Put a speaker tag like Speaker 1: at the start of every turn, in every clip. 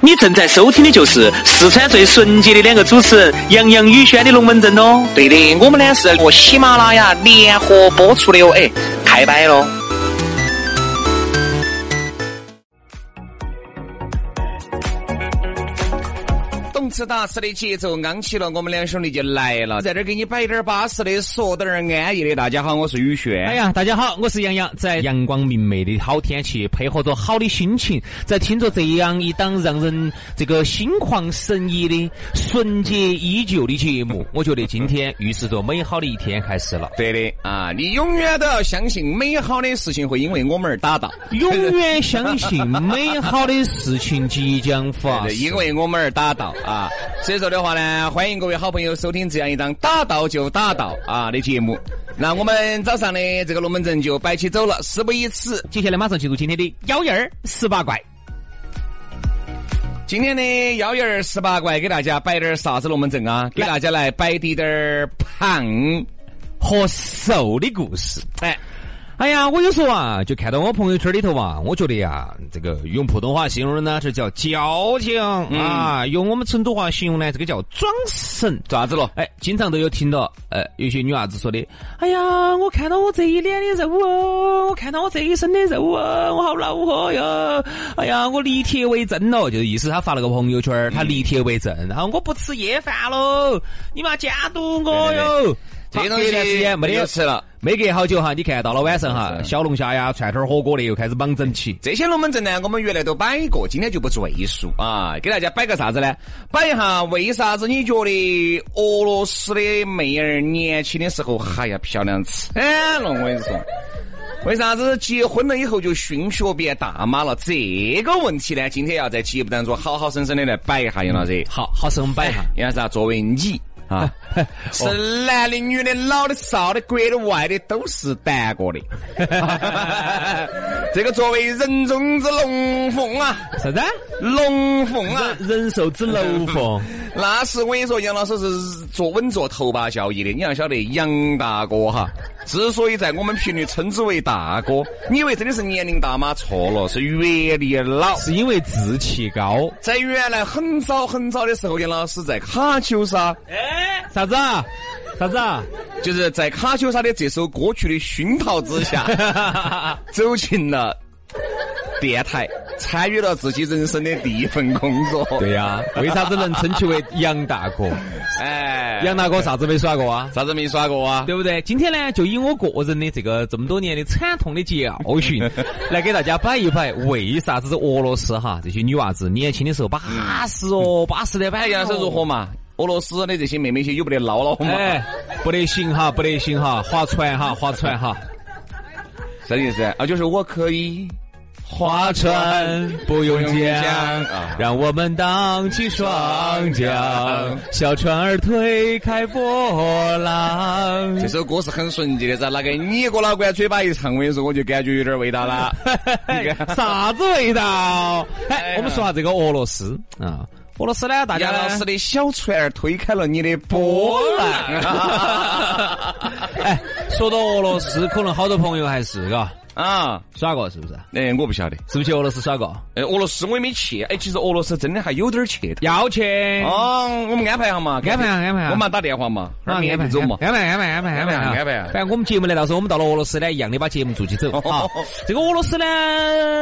Speaker 1: 你正在收听的就是四川最纯洁的两个主持人杨洋宇轩的龙门阵哦。
Speaker 2: 对的，我们呢是和喜马拉雅联合播出的哦。哎，开摆喽！懂吃打吃的节奏昂起了，我们两兄弟就来了，在这儿给你摆点儿巴适的，说点儿安逸的。大家好，我是宇轩。
Speaker 3: 哎呀，大家好，我是杨洋，在阳光明媚的好天气，配合着好的心情，在听着这样一档让人这个心旷神怡的纯洁依旧的节目，我觉得今天预示着美好的一天开始 了。
Speaker 2: 对的啊，你永远都要相信美好的事情会因为我们而达到，
Speaker 3: 永远相信美好的事情即 将发
Speaker 2: 对因
Speaker 3: 生。
Speaker 2: 为我们而达到 啊。所以说的话呢，欢迎各位好朋友收听这样一档打到就打到啊的节目。那我们早上的这个龙门阵就摆起走了，事不宜迟，
Speaker 3: 接下来马上进入今天的幺燕儿十八怪。
Speaker 2: 今天的幺眼儿十八怪给大家摆点儿啥子龙门阵啊？给大家来摆滴点儿胖。
Speaker 3: 和瘦的故事。哎，哎呀，我有时候啊，就看到我朋友圈里头啊，我觉得呀、这个用普通话形容呢，这叫矫情、
Speaker 2: 嗯
Speaker 3: 啊；用我们成都话形容呢，这个叫装神。
Speaker 2: 咋子了？
Speaker 3: 哎，经常都有听到，呃，有些女娃子说的，哎呀，我看到我这一脸的肉哦，我看到我这一身的肉哦，我好恼火哟，哎呀，我立铁为证喽，就是意思她发了个朋友圈，
Speaker 2: 嗯
Speaker 3: 她立铁为证，然后我不吃夜饭喽，你们要监督我哟。
Speaker 2: 这东
Speaker 3: 好隔一段时
Speaker 2: 西
Speaker 3: 间没得
Speaker 2: 有吃了。
Speaker 3: 没隔好久哈，你看到了晚上哈，
Speaker 2: 是
Speaker 3: 小龙虾呀、串串火锅的又开始忙整起。
Speaker 2: 这些龙门阵呢，我们原来都摆过，今天就不赘述啊。给大家摆个啥子呢？摆一下为啥子你觉得俄罗斯的妹儿年轻的时候还要漂亮哎惨了？我跟你说，为啥子结婚了以后就迅速变大妈了？这个问题呢，今天要在节目当中好好生生的来摆一下，杨老师。
Speaker 3: 好好生摆哈，
Speaker 2: 杨老师啊，作为你 啊，是男的、女的、老的、少的、国的、外的，都是胆 过的。这个作为人中之龙凤啊，
Speaker 3: 啥子？
Speaker 2: 龙凤啊，
Speaker 3: 人寿之楼凤，
Speaker 2: 那是我跟你说，杨老师是坐稳坐头把交椅的。你要晓得，杨大哥哈，之所以在我们频率称之为大哥，你以为真的是年龄大吗？错了，是阅历老。
Speaker 3: 是因为志气高。
Speaker 2: 在原来很早很早的时候，杨老师在卡秋莎。
Speaker 3: 啥子啊？啥子啊？
Speaker 2: 就是在卡秋莎的这首歌曲的熏陶之 下，走进了电台，参与了自己人生的第一份工作。
Speaker 3: 对，呀、为啥子能称其为杨大 哥？
Speaker 2: 哎，
Speaker 3: 杨大哥啥子没耍过啊？
Speaker 2: 啥子没耍过啊？
Speaker 3: 对不对？今天呢，就以我个人的这个这么多年的惨痛的教 训，来给大家摆一摆，为啥子俄罗斯哈这些女娃子年轻的时候巴适哦，巴适的摆
Speaker 2: 哎，
Speaker 3: 哦。
Speaker 2: 杨老师如何嘛？俄罗斯的这些妹妹些有不得捞了嘛？
Speaker 3: 哎，不得行哈，不得行哈，划船哈，划船哈，
Speaker 2: 啥意思啊？就是我可以
Speaker 3: 划船不用
Speaker 2: 不用
Speaker 3: 桨
Speaker 2: 桨啊，
Speaker 3: 让我们荡起双桨，小船儿推开波浪。
Speaker 2: 这首歌是很纯洁的噻，那个你哥老倌嘴巴一唱，我跟你说，我就感觉有点味道 了。
Speaker 3: 哎啥子味道？
Speaker 2: 哎
Speaker 3: 哎，
Speaker 2: 呀
Speaker 3: 我们说下这个俄罗斯啊，俄罗斯呢，大家
Speaker 2: 杨
Speaker 3: 呢
Speaker 2: 老师的小船儿推开了你的波 浪
Speaker 3: 哎，说到俄罗斯，可能好多朋友还是嘎
Speaker 2: 啊！
Speaker 3: 耍过，是不是？
Speaker 2: 哎，我不晓得。
Speaker 3: 是不是去俄罗斯耍过？
Speaker 2: 哎，俄罗斯我也没去。哎，其实俄罗斯真的还有点儿去的。
Speaker 3: 要去
Speaker 2: 哦，我们安排一下啊嘛，
Speaker 3: 安排一下啊安排一下
Speaker 2: 我们打电话嘛，
Speaker 3: 啊，安
Speaker 2: 明
Speaker 3: 排
Speaker 2: 天就走嘛。
Speaker 3: 安排安排安排安排
Speaker 2: 安排安排。
Speaker 3: 反正我们节目呢，到时候我们到了俄罗斯呢，一样的把节目做起走啊
Speaker 2: 哦
Speaker 3: 这个俄罗斯呢，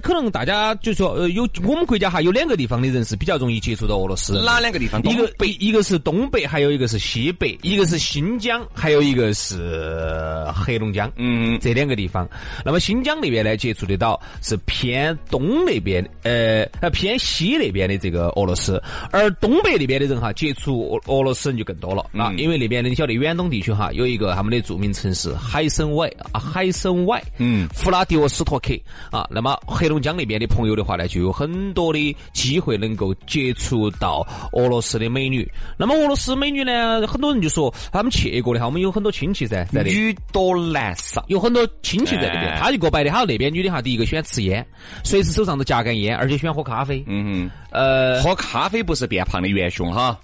Speaker 3: 可能大家就说，呃，有我们国家哈有两个地方的人是比较容易接触到俄罗斯人的。
Speaker 2: 哪两个地方？
Speaker 3: 一个
Speaker 2: 东嗯
Speaker 3: 北，一个是东北，还有一个是西北，一个是新疆，还有一个是呃黑龙江。
Speaker 2: 嗯，
Speaker 3: 这两个地方，那么新疆那边呢，接触得到是偏东那边，呃，呃偏西那边的这个俄罗斯，而东北那边的人哈，接触俄俄罗斯人就更多了啊，
Speaker 2: 嗯
Speaker 3: 因为那边的你晓得，远东地区哈有一个他们的著名城市海参崴啊，海参崴，
Speaker 2: 嗯
Speaker 3: 弗拉迪沃斯托克啊，那么黑龙江那边的朋友的话呢，就有很多的机会能够接触到俄罗斯的美女。那么俄罗斯美女呢，很多人就说他们去过的哈，我们有很多亲戚噻，在那。
Speaker 2: 女多男少。
Speaker 3: 有很多亲戚在那边
Speaker 2: 嗯哎，
Speaker 3: 他就给我摆的。他说那边女的哈，第一个喜欢吃烟，随时手上都夹根烟，而且喜欢喝咖啡。
Speaker 2: 嗯
Speaker 3: 呃，
Speaker 2: 哼，喝咖啡不是变胖的元凶哈。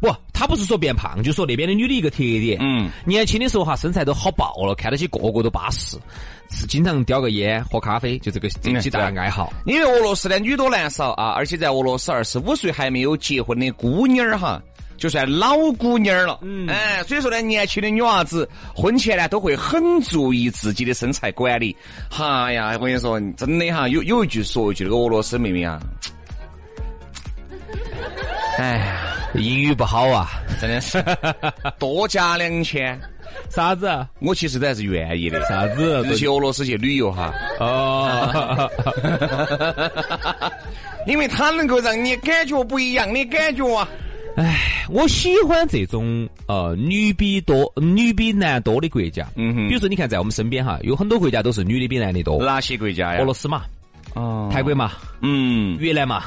Speaker 3: 不，他不是说变胖，就说那边的女的一个特点。
Speaker 2: 嗯，
Speaker 3: 年轻的时候哈，身材都好爆了，看到起个个都巴适，是经常叼个烟、喝咖啡，就
Speaker 2: 嗯
Speaker 3: 这个这几大爱好。
Speaker 2: 因为俄罗斯的女多男少啊，而且在俄罗斯二十五岁还没有结婚的姑娘儿哈，就算老姑娘儿了。嗯，哎，所以说呢，年轻的女娃子婚前呢都会很注意自己的身材管理。哈呀，我跟你说，真的哈，有有一句说一句，那个俄罗斯妹妹啊，哎呀，
Speaker 3: 英语不好啊？
Speaker 2: 真 的是多加两千，
Speaker 3: 啥子？
Speaker 2: 我其实都还是愿意的。
Speaker 3: 啥子啊
Speaker 2: 只去俄罗斯去旅游哈，
Speaker 3: 哦，
Speaker 2: 因为它能够让你感觉不一样的感觉啊。
Speaker 3: 哎， 我喜欢这种呃女比多、女比男多的国家。
Speaker 2: 嗯哼
Speaker 3: 比如说你看在我们身边哈，有很多国家都是女的比男的多，
Speaker 2: 哪些国家呀？
Speaker 3: 俄罗斯嘛、
Speaker 2: 哦
Speaker 3: 泰国嘛、
Speaker 2: 嗯，
Speaker 3: 越南嘛，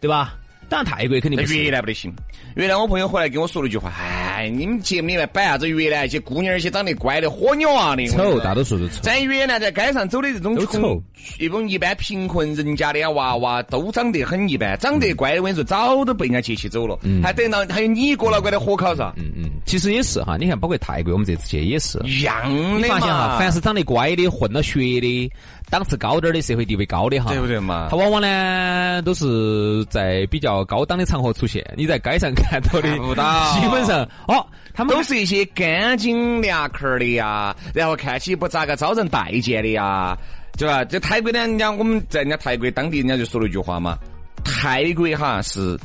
Speaker 3: 对吧？当然泰国肯定
Speaker 2: 那
Speaker 3: 不是
Speaker 2: 越南不得行。越南我朋友回来跟我说了一句话，哎，你们节目里面摆啥子越南一些姑娘儿一些长得乖的火鸟啊的，
Speaker 3: 丑，大多数都丑。
Speaker 2: 在越南在街上走的这种
Speaker 3: 都
Speaker 2: 穷
Speaker 3: 丑，
Speaker 2: 一种一般贫困人家的娃娃都长得很一般，长得
Speaker 3: 嗯
Speaker 2: 乖的我跟你说早都被人家接起走了，还等到还有你过老倌的火烤上，
Speaker 3: 嗯嗯，其实也是哈，你看包括泰国，我们这次去也是。
Speaker 2: 一样
Speaker 3: 你
Speaker 2: 的
Speaker 3: 发现哈，
Speaker 2: 嘛，
Speaker 3: 凡是长得乖的、混了学的、档次高点儿的、社会地位高的哈，
Speaker 2: 对不对嘛
Speaker 3: 他？往往呢都是在比较高档的场合出现。你在街上看到的，
Speaker 2: 看不到
Speaker 3: 基本上哦，他们
Speaker 2: 都是一些干净俩壳儿的呀，然后看起不咋个招人待见的呀，对吧？这泰国呢，人家我们在人家泰国当地人家就说了一句话嘛，泰国哈是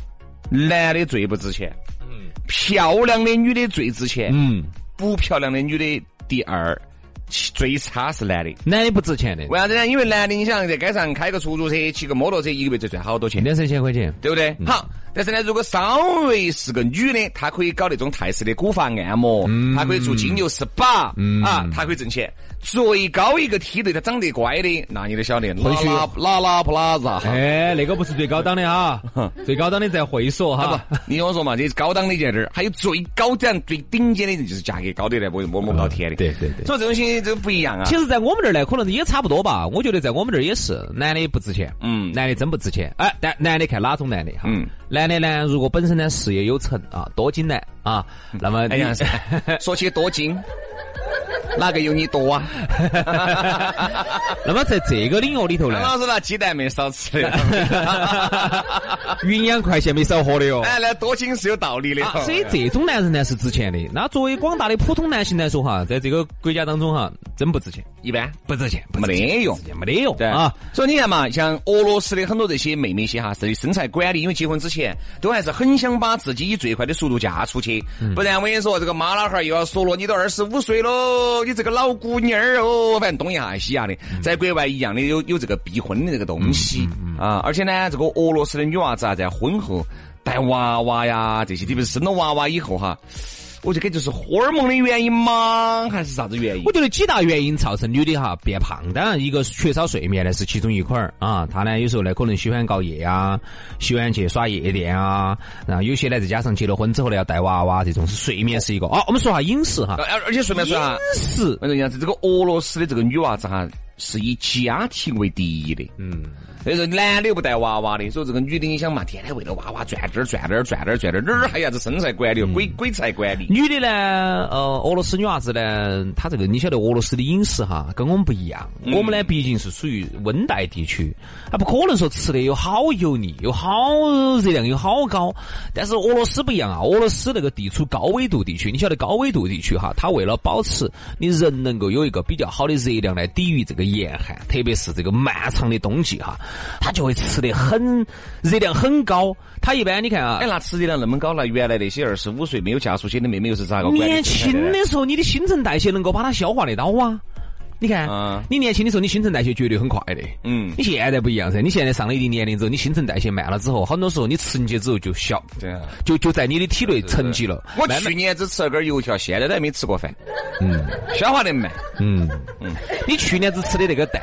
Speaker 2: 男的最不值钱，漂亮的女的最值钱，
Speaker 3: 嗯，
Speaker 2: 不漂亮的女的第二，其最差是男的。
Speaker 3: 男的不值钱的，
Speaker 2: 为啥子呢？因为男的你想在街上开个出租车，骑个摩托车，一个月就赚好多钱。
Speaker 3: 两三千块钱。
Speaker 2: 对不对？好，但是呢，如果稍微是个女的，她可以搞那种泰式的古法按摩，
Speaker 3: 嗯
Speaker 2: 她可以做精油 SPA，啊，她可以挣钱。最高一个梯队，她长得乖的，那你都晓得，拉
Speaker 3: 回去
Speaker 2: 拉拉拉普拉萨哈。
Speaker 3: 哎，那个不是最高档的 哈，最高档的在会所
Speaker 2: 啊
Speaker 3: 哈。
Speaker 2: 不，你听我说嘛，这是高档的在这儿，还有最高档、最顶尖的人，就是价格高的来摸摸摸不到天的。
Speaker 3: 啊对对对
Speaker 2: 所以这东西这不一样啊
Speaker 3: 其。实，在我们这儿呢，可能也差不多吧。我觉得在我们这儿也是，男的不值钱，
Speaker 2: 嗯
Speaker 3: 男的真不值钱。哎，但男的看哪种男的哈，
Speaker 2: 嗯
Speaker 3: 男的呢，如果本身呢事业有成啊，多金男啊，那么
Speaker 2: 哎
Speaker 3: 你
Speaker 2: 呀，说起多金，哪个有你多啊？
Speaker 3: 哎那么在这个领域里头呢，
Speaker 2: 老师拿鸡蛋没少吃的。
Speaker 3: 营养快线没少喝的哟。
Speaker 2: 哎，那多金是有道理的、
Speaker 3: 啊，所以这种男人呢是值钱的。那作为广大的普通男性来说哈，在这个国家当中哈，真不值钱，
Speaker 2: 一般
Speaker 3: 不值钱，不值
Speaker 2: 没
Speaker 3: 钱，
Speaker 2: 得用。
Speaker 3: 不值钱没得用
Speaker 2: 对
Speaker 3: 啊
Speaker 2: 啊。，所以你看嘛，像俄罗斯的很多这些妹妹些哈，对身材管理，因为结婚之前都还是很想把自己以最快的速度嫁出去，不然我跟你说，这个妈老汉儿又要说了，你都二十五岁喽，你这个老姑娘儿哦，反正东一下西一下的，在国外一样的有有这个逼婚的这个东西啊，而且呢，这个俄罗斯的女娃子啊，在婚后带娃娃呀这些，特别是生了娃娃以后哈。我就感觉是荷尔蒙的原因吗？还是啥子原因
Speaker 3: 我？觉得几大原因造成女的哈变胖，当然一个缺少睡眠呢是其中一块儿啊。她呢有时候呢可能喜欢熬夜啊，喜欢去耍夜店啊，然后有些呢再加上结了婚之后呢要带娃娃，这种是睡眠是一个。哦，我们说下饮食哈，
Speaker 2: 而而且顺便呃说啊，
Speaker 3: 饮食
Speaker 2: 我跟你讲，这个俄罗斯的这个女娃子哈，是以家庭为第一的。嗯，所以说男的又不带娃娃的，所以这个女的你想嘛，天天为了娃娃转这儿转那儿转那儿转那儿，哪儿还有啥子身材管理、鬼鬼才管理？
Speaker 3: 女的呢，呃，俄罗斯女娃子呢，她这个你晓得俄罗斯的饮食哈，跟我们不一样。我们呢，毕竟是属于温带地区，她不可能说吃的有好油腻，有好热量，有好高。但是俄罗斯不一样啊，俄罗斯那个地处高纬度地区，你晓得高纬度地区哈，它为了保持你人能够有一个比较好的热量来抵御这个严寒，特别是这个漫长的冬季哈，它就会吃的很热量很高。它一般你看啊，
Speaker 2: 哎，那吃热量那么高，那原来那些二十五岁没有嫁出去的妹妹又是咋个管理？
Speaker 3: 年轻哦的时候，你的新陈代谢能够把它消化得到啊。你看，
Speaker 2: 嗯
Speaker 3: 你年轻的时候，你新陈代谢绝对很快的。
Speaker 2: 嗯
Speaker 3: 你现在不一样噻，你现在上了一定年龄之后，你新陈代谢慢了之后，很多时候你吃进去之后就消，
Speaker 2: 对啊
Speaker 3: 就就在你的体内沉积了。
Speaker 2: 我
Speaker 3: 慢慢
Speaker 2: 去年只吃了根油条，现在都还没吃过饭。嗯，消化得慢，
Speaker 3: 嗯嗯，你去年子吃的那个蛋，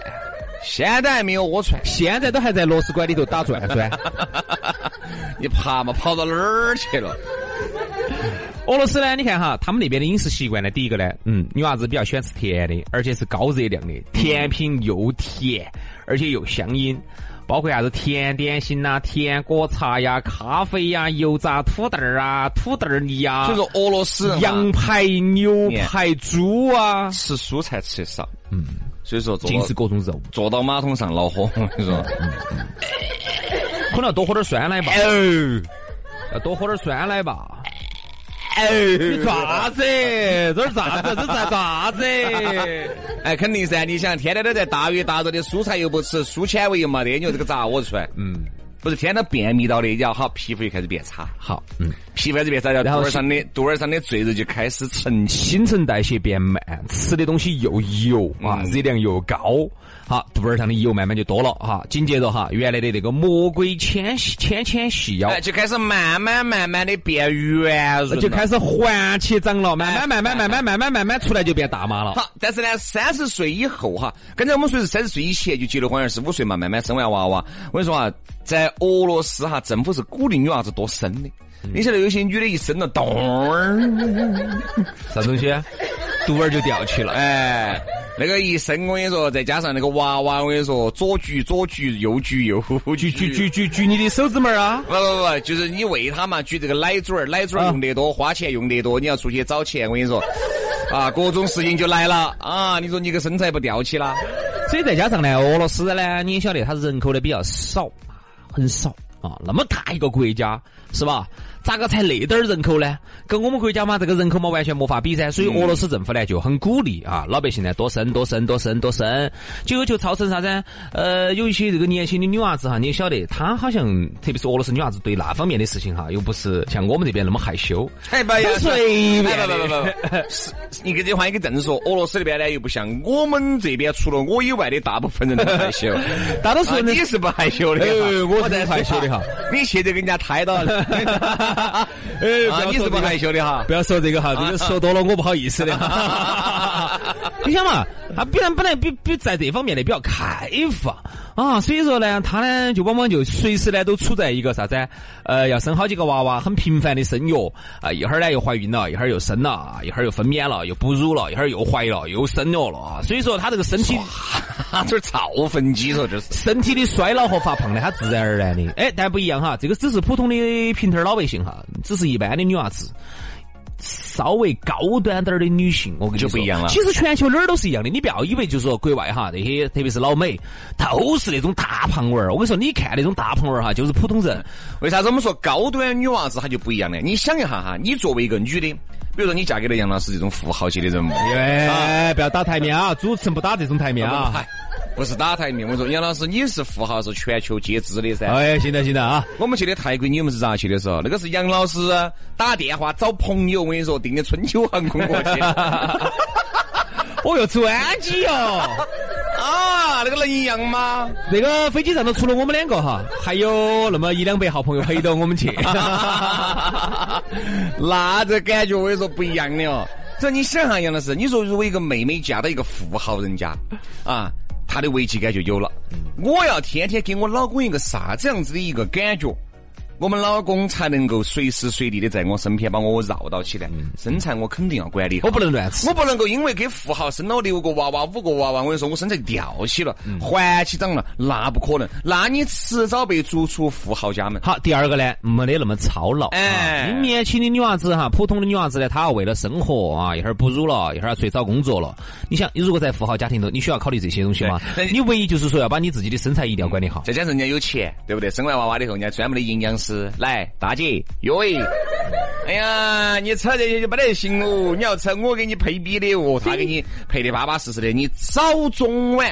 Speaker 2: 现在还没有我穿。
Speaker 3: 现在都还在螺丝管里头打转转。
Speaker 2: 你爬嘛，跑到哪儿去了？
Speaker 3: 俄罗斯呢，你看哈，他们那边的饮食习惯呢，第一个呢，嗯，女娃子比较喜欢吃甜的，而且是高热量的，甜品又甜，而且又香阴。包括啥子甜点心呐、甜果茶呀、咖啡呀、油炸土豆儿啊、土豆儿泥呀
Speaker 2: 所以、说俄罗斯人
Speaker 3: 羊
Speaker 2: 啊
Speaker 3: 排、牛排、猪啊，
Speaker 2: 吃蔬菜吃的少，嗯，所以说坐
Speaker 3: 尽
Speaker 2: 到
Speaker 3: 是各种肉，
Speaker 2: 坐到马桶上恼 火，我跟你说，
Speaker 3: 可能要多喝点酸奶吧，要多喝点酸奶吧。你咋子？这是咋子？这是咋子？
Speaker 2: 哎，肯定噻！你想，天天都在大鱼大肉的，蔬菜又不吃，蔬纤维又没得，你说这个咋窝出来？
Speaker 3: 嗯，
Speaker 2: 不是天天便秘到的，要好，皮肤又开始变差，
Speaker 3: 好，嗯，
Speaker 2: 皮肤开始变差，然
Speaker 3: 然
Speaker 2: 后
Speaker 3: 后
Speaker 2: 肚儿上的肚儿上的赘肉就开始沉起。
Speaker 3: 新陈代谢变慢，吃的东西又油啊，
Speaker 2: 嗯
Speaker 3: 热量又高，好，肚儿上的油慢慢就多了哈。紧接着哈，原来的那个魔鬼纤细纤纤细腰
Speaker 2: 哎，就开始慢慢慢慢的变圆润了，
Speaker 3: 就开始缓起长了，慢慢慢慢慢慢慢慢慢慢出来就变大妈了。
Speaker 2: 好，但是呢，三十岁以后哈，刚才我们说是三十岁以前就结了婚，二十五岁嘛，慢慢生完娃娃。我跟你说啊，在俄罗斯哈，政府是鼓励女娃子多生的。你晓得有些女的一生了，咚儿，
Speaker 3: 啥东西？肚儿就掉起了。
Speaker 2: 哎，那个一生，我跟你说，再加上那个娃娃，我跟你说，左举左举，右举右
Speaker 3: 举
Speaker 2: 举
Speaker 3: 举举举举你的手指拇儿啊！
Speaker 2: 不不不，就是你喂它嘛，举这个奶嘴儿，奶嘴儿
Speaker 3: 啊
Speaker 2: 用得多，花钱用得多，你要出去找钱，我跟你说，啊，各种事情就来了啊！你说你个身材不吊起啦？
Speaker 3: 所以再加上呢，俄罗斯呢，你也晓得它人口呢比较少，很少啊，那么大一个国家是吧？咋个才那点儿人口呢？跟我们国家嘛，这个人口嘛完全没法比噻。所
Speaker 2: 嗯
Speaker 3: 以俄罗斯政府呢就很鼓励啊，老百姓呢多生多生多生多生，结果就造成啥子？呃，有一些这个年轻的女娃子哈，你也晓得，她好像特别是俄罗斯女娃子对那方面的事情哈，又不是像我们这边那么害羞，
Speaker 2: 哎，不要
Speaker 3: 很随便
Speaker 2: 哎不不不不不， 是你跟这话应该这么说，俄罗斯那边呢又不像我们这边，除了我以外的大部分人都害羞，
Speaker 3: 大多数
Speaker 2: 啊
Speaker 3: 人
Speaker 2: 你 是 不害羞的哈，
Speaker 3: 哎我是
Speaker 2: 在
Speaker 3: 害羞的哈，
Speaker 2: 你现在跟人家抬 到了，
Speaker 3: 哎
Speaker 2: 啊你是不害羞的哈
Speaker 3: 不，要说这个哈，这个说多了我不好意思的。你想嘛，他本来本来比比在这方面呢比较开放啊，所以说呢，他呢就往往就随时呢都处在一个啥子，呃，要生好几个娃娃，很频繁的生育啊，一会儿呢又怀孕了，一会儿又生了，啊一会儿又分娩了，又哺乳了，一会儿又怀了，又生了了啊，所以说他这个身体
Speaker 2: 啊这是造粪机说这是。
Speaker 3: 身体的衰老和发胖呢，它自然而然的。哎，但不一样哈，这个只是普通的平头老百姓哈，只是一般的女娃子。稍微高端点儿的女性，我跟你说
Speaker 2: 就不一样了
Speaker 3: 其实全球哪儿都是一样的，你不要以为就是说国外哈那些，特别是老美，都是那种大胖娃儿。我跟你说，你看那种大胖娃儿哈，就是普通人。
Speaker 2: 为啥子我们说高端女娃子她就不一样呢？你想一下哈，你作为一个女的，比如说你嫁给了杨老师这种富豪级的人物，
Speaker 3: 哎，不要打台面啊！主持人不打这种台面啊
Speaker 2: 哎，不是打台面，我说杨老师你是富豪是全球皆知的噻。
Speaker 3: 哎，行了行了啊，
Speaker 2: 我们去的泰国，你们是咋去的时候？那个是杨老师啊打电话找朋友，我跟你说订的春秋航空过去啊
Speaker 3: 哦哟，专机哦。
Speaker 2: 啊，那个能一样吗？
Speaker 3: 那个飞机上头除了我们两个哈，还有那么一两百号朋友陪着我们去。
Speaker 2: 那这感觉我跟你说不一样的哦。这你想哈，杨老师，你说如果一个妹妹嫁到一个富豪人家，啊，她的危机感就有了。我要天天给我老公一个啥子样子的一个感觉？我们老公才能够随时随地的在我身边把我绕到起来，身材我肯定要管理
Speaker 3: 嗯
Speaker 2: 好
Speaker 3: 我不能乱吃
Speaker 2: 我，不能够因为给富豪生了六个娃娃、五个娃娃，我跟你说，我身材吊起了，
Speaker 3: 嗯
Speaker 2: 环起长了，那不可能。那你迟早被逐出富豪家门。
Speaker 3: 好，第二个呢，没得那么操劳。
Speaker 2: 哎
Speaker 3: 哎，你年轻的女娃子哈，普通的女娃子呢，她要为了生活啊，一会儿哺乳了，一会儿要出去找工作了。你想，你如果在富豪家庭头，你需要考虑这些东西吗
Speaker 2: 对？但嗯
Speaker 3: 你唯一就是说要把你自己的身材一定要管理好。
Speaker 2: 再加上人家有钱，对不对？生完娃娃以后，人家专门的营养师来，大姐，哟喂，哎呀，你吃这些就没得行哦，你要吃我给你配比的哦，他给你配的巴巴适适的，你早中晚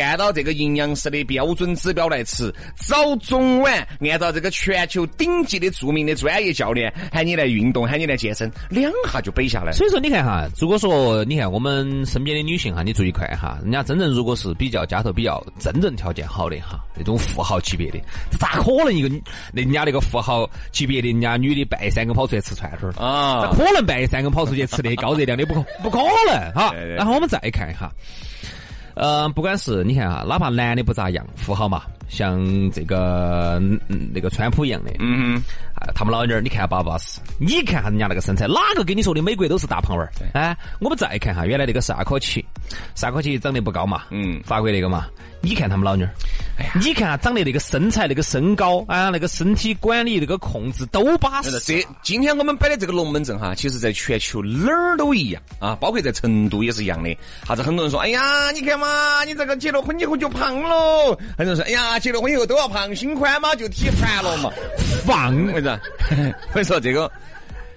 Speaker 2: 按照这个营养师的标准指标来吃，早中晚按照这个全球顶级的著名的专业教练喊你来运动，喊你来健身，两下就背下来了。
Speaker 3: 所以说，你看哈，如果说你看我们身边的女性哈，你注意看哈，人家真正如果是比较家头比较真正条件好的哈，那种富豪级别的，咋可能一个女人家那个富豪级别的人家女的半夜三更跑出去吃串串儿？咋
Speaker 2: 啊，
Speaker 3: 可能半夜三更跑出去吃那些高热量的？不 可不可能哈
Speaker 2: 对对对。
Speaker 3: 然后我们再看一下，呃，不管是你看哈，哪怕男的不咋样，富豪嘛，像这个嗯那个川普一样的，
Speaker 2: 嗯，
Speaker 3: 啊，他们老娘儿，你看巴不巴适？你看下人家那个身材，哪个跟你说的美国都是大胖娃儿？哎，我们再看哈，原来那个萨科齐，萨科齐长得不高嘛，
Speaker 2: 嗯哎
Speaker 3: 法国那个嘛，你看他们老娘儿，你看她长得那个身材、那个身高啊、那个身体管理、那个控制都巴
Speaker 2: 那
Speaker 3: 适。
Speaker 2: 这今天我们摆的这个龙门阵哈，其实在全球哪儿都一样啊，包括在成都也是一样的。啥子很多人说，哎呀，你看嘛，你这个结了婚以后就胖喽。很多人说，哎呀，结了婚以后都要胖，心宽嘛就体盘了嘛。
Speaker 3: 放
Speaker 2: 为啥？ 我说这个，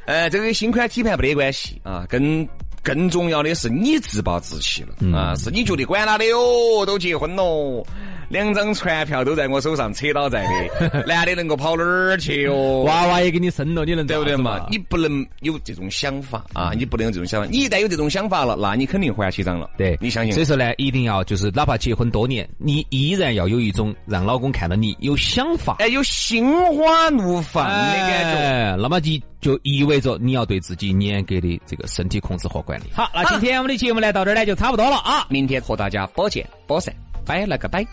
Speaker 2: 呃，这个心宽体盘没得关系啊，跟更重要的是你自暴自弃了、啊，是你觉得管他的哟，都结婚喽。两张船票都在我手上扯倒在的，男的能够跑哪儿去哦哟？
Speaker 3: 娃娃也给你生了，你能
Speaker 2: 对不对
Speaker 3: 咋子
Speaker 2: 嘛？你不能有这种想法啊！
Speaker 3: 嗯
Speaker 2: 你不能有这种想法。你一旦有这种想法了，那你肯定还起账了。
Speaker 3: 对，
Speaker 2: 你相信
Speaker 3: 所以
Speaker 2: 我？
Speaker 3: 说呢，一定要就是哪怕结婚多年，你依然要有一种让老公看到你有想法。
Speaker 2: 哎，有心花怒放的感觉。
Speaker 3: 哎，那么就就意味着你要对自己严格的这个身体控制和管理。好，那今天我们的节目呢到这儿呢就差不多了啊。
Speaker 2: 明天和大家不见不散，拜了个拜。